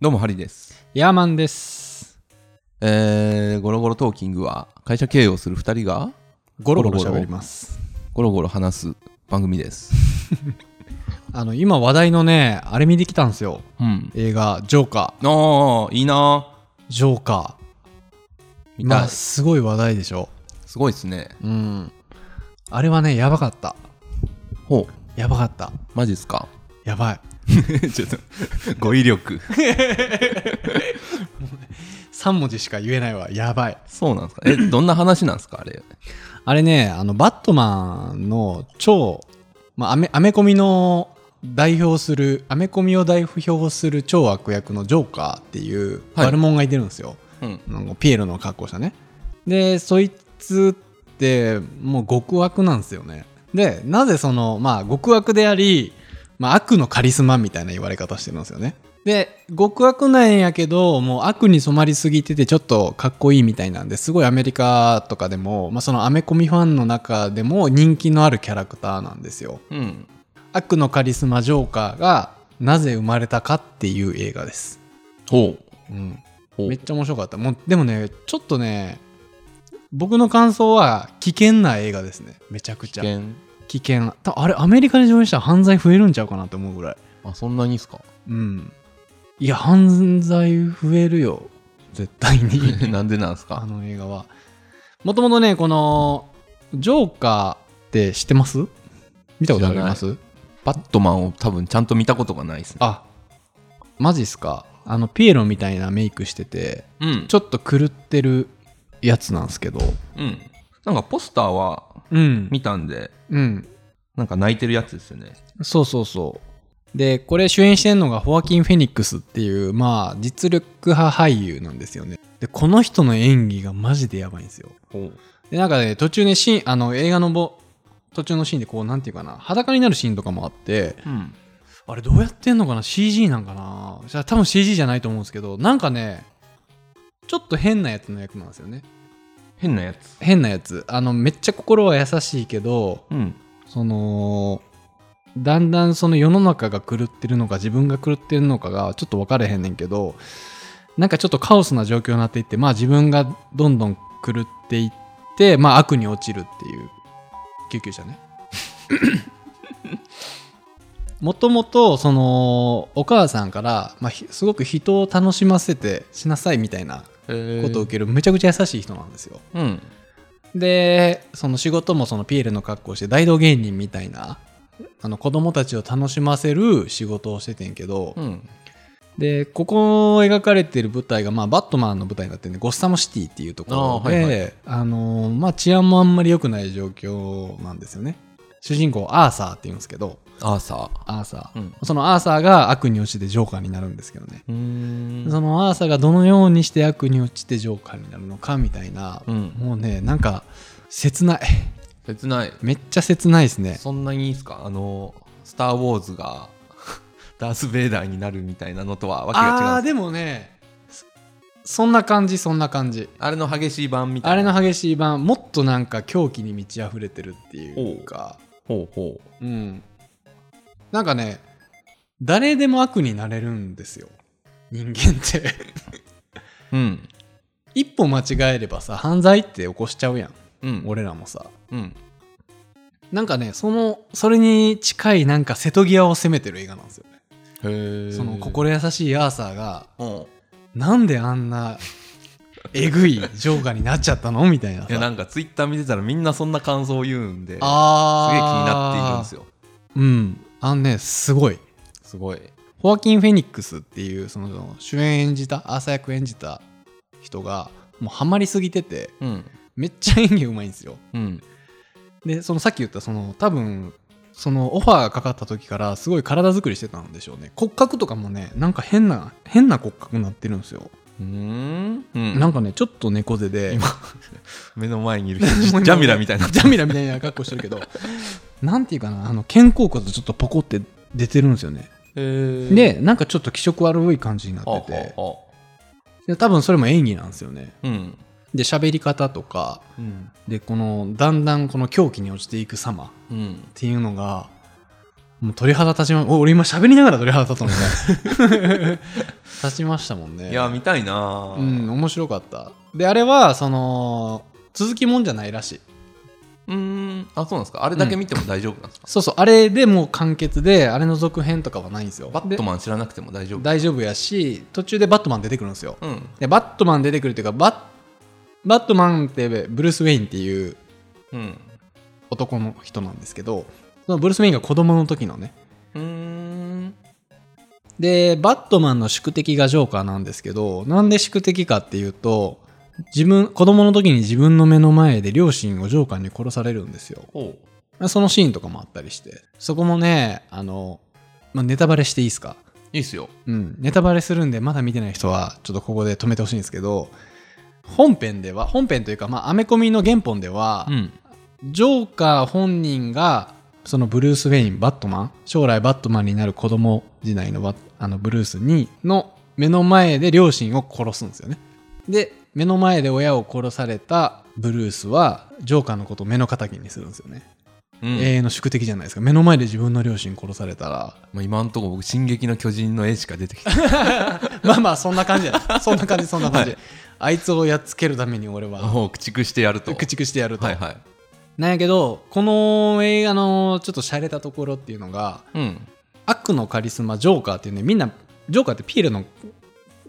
どうもハリーです、ヤーマンです。えー、ゴロゴロトーキングは会社経営をする2人がゴロゴロゴロゴロ喋ります。ゴロゴロ話す番組ですあの、今話題のね、あれ見てきたんですよ。うん映画、ジョーカああいいなー。ジョーカ見ー。たい、まあ、すごい話題でしょ。すごいですねうん。あれはね、やばかった。ほうやばかった。マジっすかやばい。 ちょっと 語彙力3文字しか言えないわ。やばい。そうなんですかえどんな話なんですかあれあれね、あの、バットマンの超、まあ、アメアメコミの代表する、アメコミを代表する超悪役のジョーカーっていうはい悪者がいてるんですよ。うんなんかピエロの格好したねでそいつってもう極悪なんですよねでなぜそのまあ極悪であり、まあ、悪のカリスマみたいな言われ方してるんですよねで極悪なんやけどもう悪に染まりすぎててちょっとかっこいいみたいなんですごいアメリカとかでも、まあ、そのアメコミファンの中でも人気のあるキャラクターなんですようん悪のカリスマジョーカーがなぜ生まれたかっていう映画ですほううんほめっちゃ面白かったもうでもねちょっとね僕の感想は危険な映画ですねめちゃく危ちゃ危険険たあれアメリカで上映したら犯罪増えるんちゃうかなと思うぐらいあそんなにっすかうんいや犯罪増えるよ絶対 になんでなんですあかの映画はもともとねこのジョーカーって知ってます見たことありますバットマンを多分ちゃんと見たことがないっすねあマジっすかあのピエロみたいなメイクしててうんちょっと狂ってるやつなんですけどうんなんかポスターはうん見たんでうん、なんか泣いてるやつですよねそうそうそう。で、これ主演してんのがホアキン・フェニックスっていう、まあ、実力派俳優なんですよね。で、この人の演技がマジでやばいんですよ。ほうで、なんかね、途中ね、シーン、あの、映画のぼ途中のシーンでこう、なんていうかな、裸になるシーンとかもあって、うんあれどうやってんのかな ?CG なんかなじゃあ多分 CG じゃないと思うんですけど、なんかね、ちょっと変なやつの役なんですよね。変なやつ変なやつ。あの、めっちゃ心は優しいけど、うんそのだんだんその世の中が狂ってるのか自分が狂ってるのかがちょっと分かれへんねんけどなんかちょっとカオスな状況になっていってまあ自分がどんどん狂っていってまあ悪に落ちるっていう救急車ねもともとそのお母さんから、まあ、ひすごく人を楽しませてしなさいみたいなこことを受けるめちゃくちゃ優しい人なんですようんでその仕事もそのピエールの格好をして大道芸人みたいなあの子供たちを楽しませる仕事をしててんけど、うんでここを描かれてる舞台が、まあ、バットマンの舞台になってるんでゴッサムシティっていうところであーあ、はいのまあ、治安もあんまり良くない状況なんですよね主人公アーサーって言うんですけどアーサアーサー、うんそのアーサーが悪に落ちてジョーカーになるんですけどね、ーうんそのアーサーがどのようにして悪に落ちてジョーカーになるのかみたいな、うんもうねなんか切ない切ないめっちゃ切ないですね。そんなにいいですかあの「スター・ウォーズ」が ダース・ベイダーになるみたいなのとはわけあが違あーうでもねそそんな感じそんな感じ。あれの激しい版みたあれいなの激しい版もっとなんか狂気に満ち溢れてるっていうかほうほううんなんかね誰でも悪になれるんですよ人間ってう ん一歩間違えればさ犯罪って起こしちゃうやんうん俺らもさうんなんかねそのそれに近いなんか瀬戸際を攻めてる映画なんですよねへえその心優しいアーサーがうんなんであんなえぐいジョーカーになっちゃったのみたいなさいやなんかツイッター見てたらみんなそんな感想を言うんですげえ気になっあーているんですようんあのねすごいすごいホアキン・フェニックスっていうその主演演じたアーサー役演じた人がもうハマりすぎててうんめっちゃ演技うまいんですようん でそのさっき言ったその多分そのオファーがかかった時からすごい体作りしてたんでしょうね骨格とかもねなんか変な変な骨格になってるんですよ、うーんうんなんかねちょっと猫背で目の前にいる人ジャミラみたいなジャミラみたいな格好してるけど、なんていうかな、あの肩甲骨ちょっとポコって出てるんですよね。 でで、なんかちょっと気色悪い感じになってて、あで多分それも演技なんですよね。うんで、喋り方とか、うんで、この、だんだんこの狂気に落ちていく様っうんていうのが、もう鳥肌立ちま、お俺今喋りながら鳥肌立ったも んね。立ちましたもんね。いや、見たいな、うん、面白かった。で、あれは、その、続きもんじゃないらしい。うーんあそうなんですかあれだけ見ても大丈夫なんですか、そうそう、あれでもう完結で、あれの続編とかはないんですよ。バットマン知らなくても大丈で夫大丈夫やし、途中でバットマン出てくるんですよ。うんで、バットマン出てくるっていうか、バッ、バットマンってブルース・ウェインっていううん男の人なんですけど、そのブルース・ウェインが子供の時のね、うーんで、バットマンの宿敵がジョーカーなんですけど、なんで宿敵かっていうと、自分、子供の時に自分の目の前で両親をジョーカーに殺されるんですよ。おうそのシーンとかもあったりして。そこもね、あの、まあ、ネタバレしていいですかいいっすようん。ネタバレするんで、まだ見てない人は、ちょっとここで止めてほしいんですけど、本編では、本編というか、まあ、アメコミの原本では、んジョーカー本人が、そのブルース・ウェイン、バットマン、将来バットマンになる子供時代のバッあのブルースに、の目の前で両親を殺すんですよね。で、目の前で親を殺されたブルースは、ジョーカーのことを目の敵にするんですよね。うん永遠の宿敵じゃないですか。目の前で自分の両親殺されたら、まあ、今んとこ僕「進撃の巨人」の絵しか出てき てないまあまあ、そんな感じや な。そんな感じ、そんな感じ。あいつをやっつけるために俺は、を駆逐してやると駆逐してやると。はいはいなんやけど、この映画のちょっと洒落たところっていうのが、うん悪のカリスマジョーカーっていうねみんなジョーカーってピエロの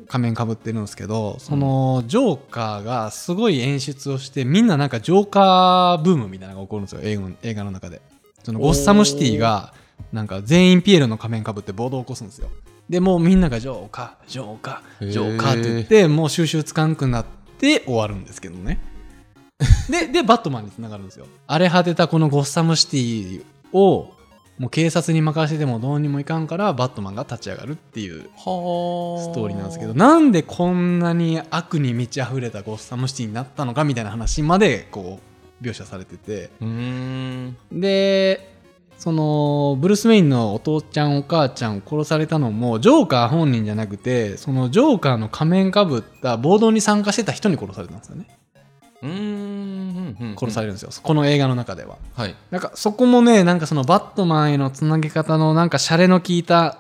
仮面かぶってるんですけどそのジョーカーがすごい演出をしてみんななんかジョーカーブームみたいなのが起こるんですよ映画の映画の中でそのゴッサムシティがなんか全員ピエロの仮面かぶって暴動を起こすんですよでもうみんながジョーカージョーカージョーカーって言ってもう収集つかんくなって終わるんですけどね ででバットマンにつながるんですよ荒れ果てたこのゴッサムシティをもう警察に任せてもどうにもいかんからバットマンが立ち上がるっていうはあスストーリーなんですけどなんでこんなに悪に満ち溢れたゴッサムシティになったのかみたいな話までこう描写されててうーんでそのブルース・ウェインのお父ちゃんお母ちゃんを殺されたのもジョーカー本人じゃなくてそのジョーカーの仮面かぶった暴動に参加してた人に殺されたんですよねうーんうんうんうん殺されるんですよ、この映画の中でははいなんかそこもねなんかそのバットマンへのつなげ方のなんかシャレの効いた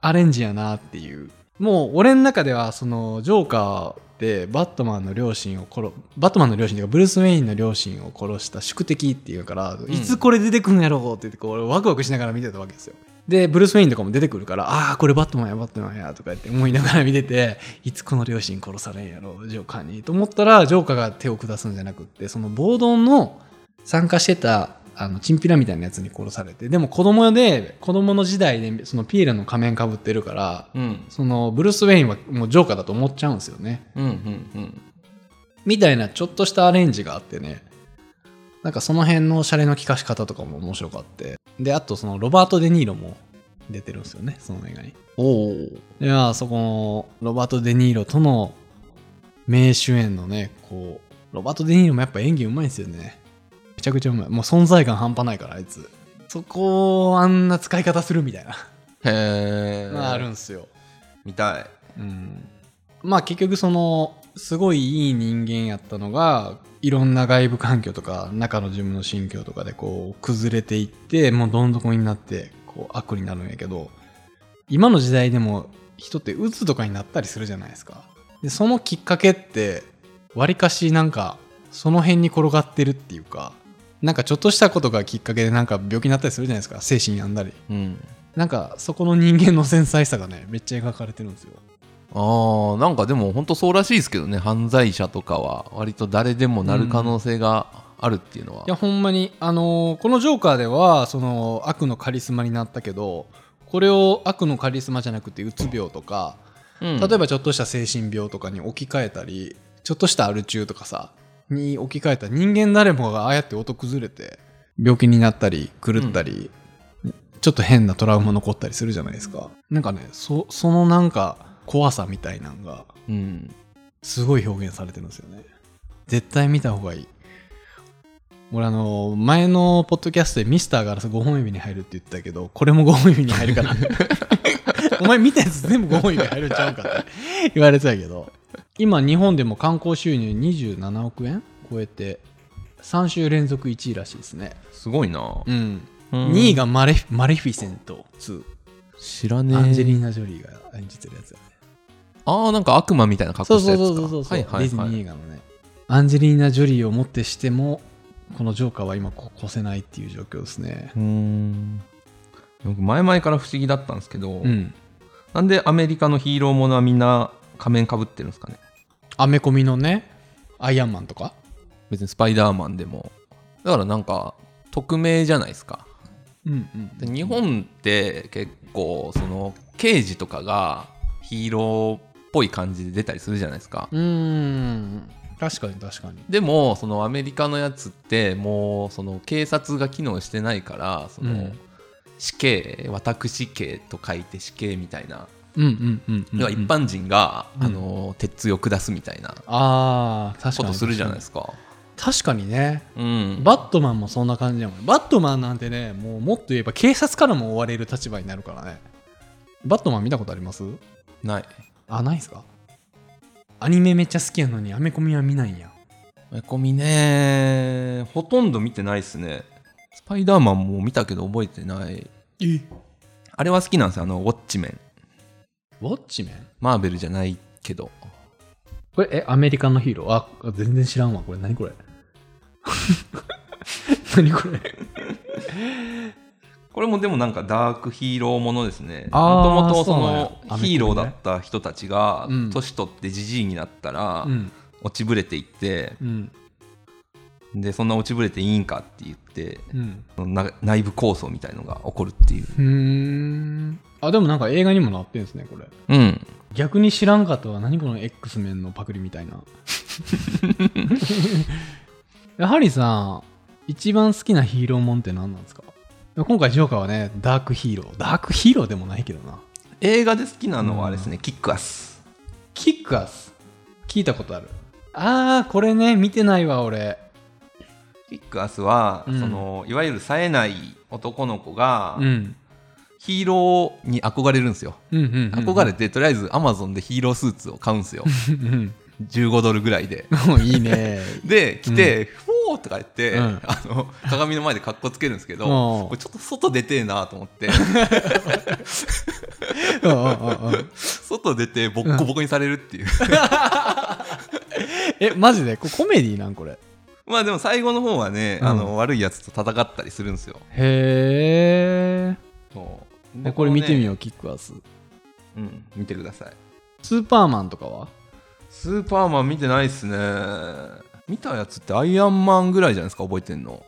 アレンジやなっていうもう俺の中ではそのジョーカーでバットマンの両親を殺バットマンの両親というかブルース・ウェインの両親を殺した宿敵っていうから、んいつこれ出てくんやろうって言ってこう俺ワクワクしながら見てたわけですよでブルース・ウェインとかも出てくるからああこれバットマンやバットマンやとか言って思いながら見てていつこの両親殺されんやろジョーカーにと思ったらジョーカーが手を下すんじゃなくってその暴動の参加してたあのチンピラみたいなやつに殺されてでも子供で子供の時代でそのピエロの仮面かぶってるからうんそのブルース・ウェインはもうジョーカーだと思っちゃうんですよねうんうんうんみたいなちょっとしたアレンジがあってねなんかその辺のシャレの利かし方とかも面白かってであとそのロバート・デ・ニーロも出てるんですよねその映画におおでまあそこのロバート・デ・ニーロとの名主演のねこうロバート・デ・ニーロもやっぱ演技うまいんですよねめちゃくちゃうまいもう存在感半端ないからあいつそこをあんな使い方するみたいな、へえまあ、あるんすよ、見たいうん、まあ結局そのすごいいい人間やったのがいろんな外部環境とか中の自分の心境とかでこう崩れていってもうどん底になってこう悪になるんやけど今の時代でも人って鬱とかになったりするじゃないですかでそのきっかけってわりかしなんかその辺に転がってるっていうかなんかちょっとしたことがきっかけでなんか病気になったりするじゃないですか精神病んだりうんなんかそこの人間の繊細さがねめっちゃ描かれてるんですよあーなんかでも本当そうらしいですけどね犯罪者とかは割と誰でもなる可能性があるっていうのは、いやほんまにあのーこのジョーカーではその悪のカリスマになったけどこれを悪のカリスマじゃなくてうつ病とか、うん例えばちょっとした精神病とかに置き換えたりちょっとしたアル中とかさに置き換えた人間誰もがああやって音崩れて病気になったり狂ったり、ちょっと変なトラウマ残ったりするじゃないですかなんかねそそのなんか怖さみたいなんがうん、すごい表現されてるんですよね。絶対見た方がいい。俺あの、前のポッドキャストでミスターガラス5本指に入るって言ったけど、これも5本指に入る から。お前見たやつ全部5本指入るんちゃうんかって言われてたけど、今日本でも観光収入27億円超えて、3週連続1位らしいですね。すごいなうん。ううん2位がマレフマレフィセント2、知らねえアンジェリーナ・ジョリーが演じてるやつだねああなんか悪魔みたいな格そう好したそやつうかそうそうそはう、いはいディズはニーい映画のねアンジェリーナ・ジョリーをもってしてもこのジョーカーは今こ越せないっていう状況ですねうーん僕前々から不思議だったんですけど、うんなんでアメリカのヒーローものはみんな仮面かぶってるんですかねアメコミのねアイアンマンとか別にスパイダーマンでもだからなんか匿名じゃないですかうんうんで日本って結構その刑事とかがヒーローっぽい感じで出たりするじゃないですかうーん確かに確かにでもそのアメリカのやつってもうその警察が機能してないからその、うん死刑私刑と書いて死刑みたいな、うんうんうんうんうん要は一般人が、うんあの鉄槌を下すみたいなああ確こかとにするじゃないですすか。か確かにねうん、バットマンもそんな感じだもんねバットマンなんてねもうもっと言えば警察からも追われる立場になるからねバットマン見たことありますないあないですかアニメめっちゃ好きやのにアメコミは見ないんや埋め込みねほとんど見てないですねスパイダーマンも見たけど覚えてないえあれは好きなんですよあのウォッチメンウォッチメンマーベルじゃないけどこれえアメリカのヒーローあ全然知らんわこれ何これ 何これこれもでもなんかダークヒーローものですねあもーともとそそうなんやのアメコミねヒーローだった人たちがうん年取ってジジイになったらうん落ちぶれていってうんでそんな落ちぶれていいんかって言ってうんそのな内部抗争みたいのが起こるっていううーんあでもなんか映画にもなってんですねこれうん逆に知らんかったわ何この X メンのパクリみたい なやはりさ一番好きなヒーローもんって何なんですか今回ジョーカーはねダークヒーローダークヒーローでもないけどな映画で好きなのはあれですね、キックアスキックアス聞いたことあるあーこれね見てないわ俺キックアスは、うんそのいわゆる冴えない男の子が、うんヒーローに憧れるんですようんうんうんうん憧れてとりあえずアマゾンでヒーロースーツを買うんですよ うん15ドルぐらいで うんいいねで来て「フォー!」とか言って、うんあの鏡の前で格好つけるんですけど、うんこれちょっと外出てえなと思って うんうんうんうん外出てボッコボコにされるっていうえマジでこれコメディなんこれまあでも最後の方はね、うんあの悪いやつと戦ったりするんですよへそうえこれ見てみう、ようキックアスうん、見てくださいスーパーマンとかはスーパーマン見てないっすね見たやつってアイアンマンぐらいじゃないですか覚えてんの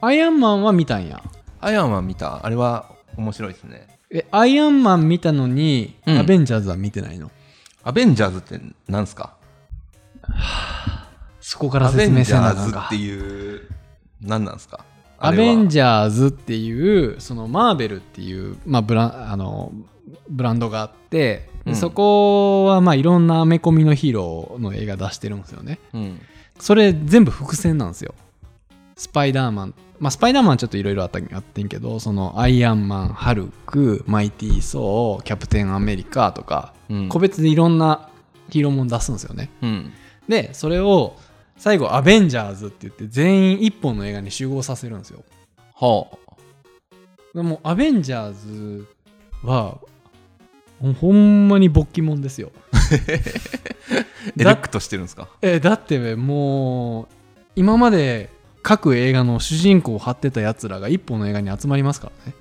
アイアンマンは見たんや。アイアンマン見たあれは面白いですねえ、アイアンマン見たのに、うんアベンジャーズは見てないの。アベンジャーズってなんすかそこからアベ説ン明ジせなャあかーんズっかて。いう何なんすかアベンジジャーズっていう、そのマーベルっていう、まあ、ブラあのブランドがあって、うでんそこはまあいろんなアメコミのヒーローの映画出してるんですよね。ャーズ、うんそれ全部伏線なんですよ。スパイダーマン。まあ、スパイダーマンはちょっといろいろあったあってんけど、そのアイアンマン、ハルク、マイティー・ソー、キャプテン・アメリカとか、うん個別でいろんなヒーローもん出すんですよね。うん、で、それを最後、アベンジャーズって言って全員一本の映画に集合させるんですよ。はあでもうアベンジャーズは、もうほんまに勃起もんですよ。エレクトしてるんですかえだってもう今まで各映画の主人公を張ってたやつらが一本の映画に集まりますからね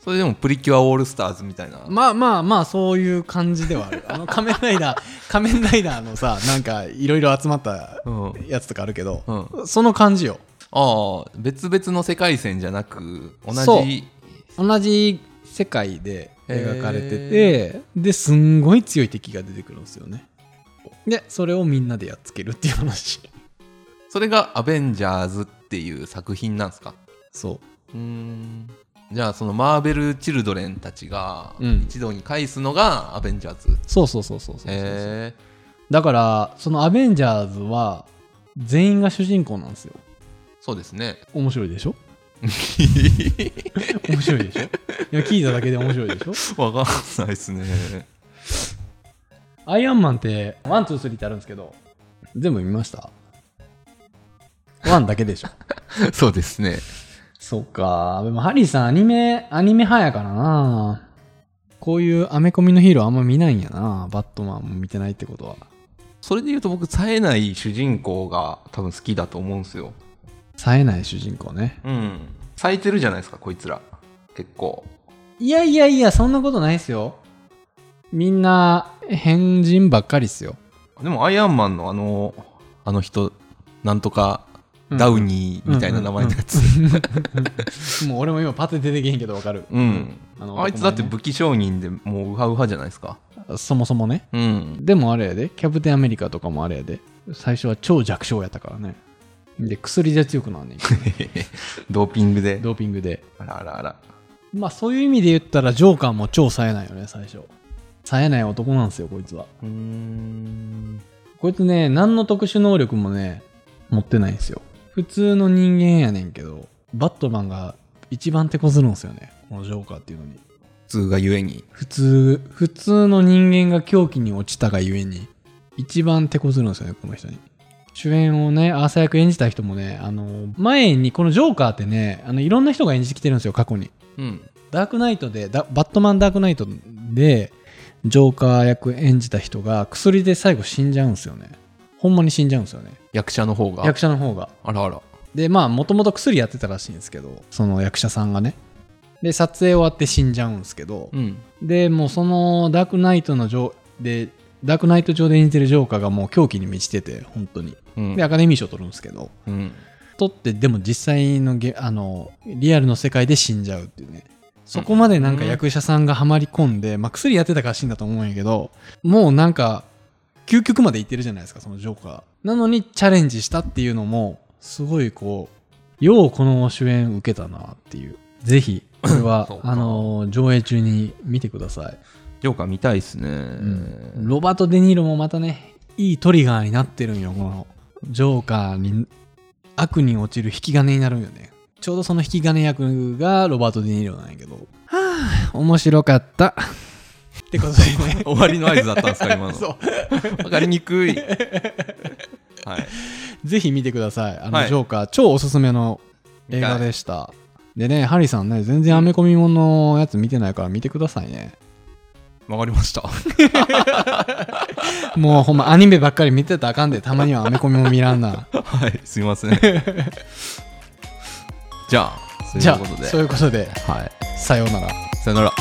それでもプリキュアオールスターズみたいな、まあまあまあそういう感じではあるあの仮面ライダー仮面ライダーのさなんかいろいろ集まったうんやつとかあるけど、うん、あその感じよあ別々の世界線じゃなく同そうじ同じ世界で描かれててですんごい強い敵が出てくるんですよねでそれをみんなでやっつけるっていう話 それがアベンジャーズっていう作品なんですかそうーんじゃあそのマーベル・チルドレンたちがうん一堂に会すのがアベンジャーズ、うそうそうそうそうそうそうそう、へえだからそのアベンジャーズは全員が主人公なんですよそうです ね面白いでしょ面白いでしょいや聞いただけで面白いでしょわかんないですねアイアンマンってワンツースリーってあるんですけど全部見ましたワンだけでしょそうですねそうか。でもハリーさんアニメ、アニメ派やからな。こういうアメコミのヒーローあんま見ないんやな。バットマンも見てないってことは。それで言うと僕冴えない主人公が多分好きだと思うんですよ冴えない主人公ね。うん冴えてるじゃないですかこいつら結構いやいやいや、そんなことないっすよ。みんな、変人ばっかりっすよ。でもアイアンマンのあのあの人なんとかダウニニーみたいな名前のやつー。もう俺も今パッて出てけへんけどわかる。うんあのあいつだって武器商人でもうウハウハじゃないですかそもそもね。うんでもあれやで、キャプテンアメリカとかもあれやで、最初は超弱小やったからね。で、薬じゃ強くなんねんけどドーピングでドーピングで。あらあらあらまあそういう意味で言ったら、ジョーカーも超冴えないよね、最初。冴えない男なんですよ、こいつは。うーんこいつね、何の特殊能力もね、持ってないんですよ。普通の人間やねんけど、バットマンが一番手こずるんですよね。このジョーカーっていうのに。普通がゆえに普通、普通の人間が狂気に落ちたがゆえに、一番手こずるんですよね、この人に。主演をね、アーサー役演じた人もね、あの、前にこのジョーカーってね、あの、いろんな人が演じてきてるんですよ、過去に。うんダークナイトで、ダバットマンダークナイトで、ジョーカー役演じた人が薬で最後死んじゃうんですよね。ほんまに死んじゃうんですよね。役者の方が役者の方が。あらあらで、まあ、もともと薬やってたらしいんですけど、その役者さんがね。で、撮影終わって死んじゃうんですけど、うんで、もうそのダークナイトのジョーで、ダークナイト上で演じてるジョーカーがもう狂気に満ちてて、本当に。うんで、アカデミー賞取るんですけど、うん取って、でも実際のゲ、あの、リアルの世界で死んじゃうっていうね。そこまでなんかうん役者さんがハマり込んで、まあ薬やってたから死んだと思うんやけど、もうなんか、究極までいってるじゃないですか、そのジョーカー。なのにチャレンジしたっていうのも、すごいこう、ようこの主演受けたなっていう。ぜひ、これ そうは、かあの、上映中に見てください。ジョーカー見たいっすね、うんロバート・デ・ニーロもまたねいいトリガーになってるんよこのジョーカーに悪に落ちる引き金になるんよねちょうどその引き金役がロバート・デ・ニーロなんやけどはあ面白かったってことで ね終わりの合図だったんですか 今のそわうかりにく いはいぜひ見てくださいあの、はいジョーカー超おすすめの映画でしたでねハリーさんね全然アメコミものやつ見てないから見てくださいねわかりましたもうほんまアニメばっかり見てたらあかんでたまにはアメコミも見らんな はいすいま せんじゃあそうじいゃうことあでそういうことではいさようならさよなら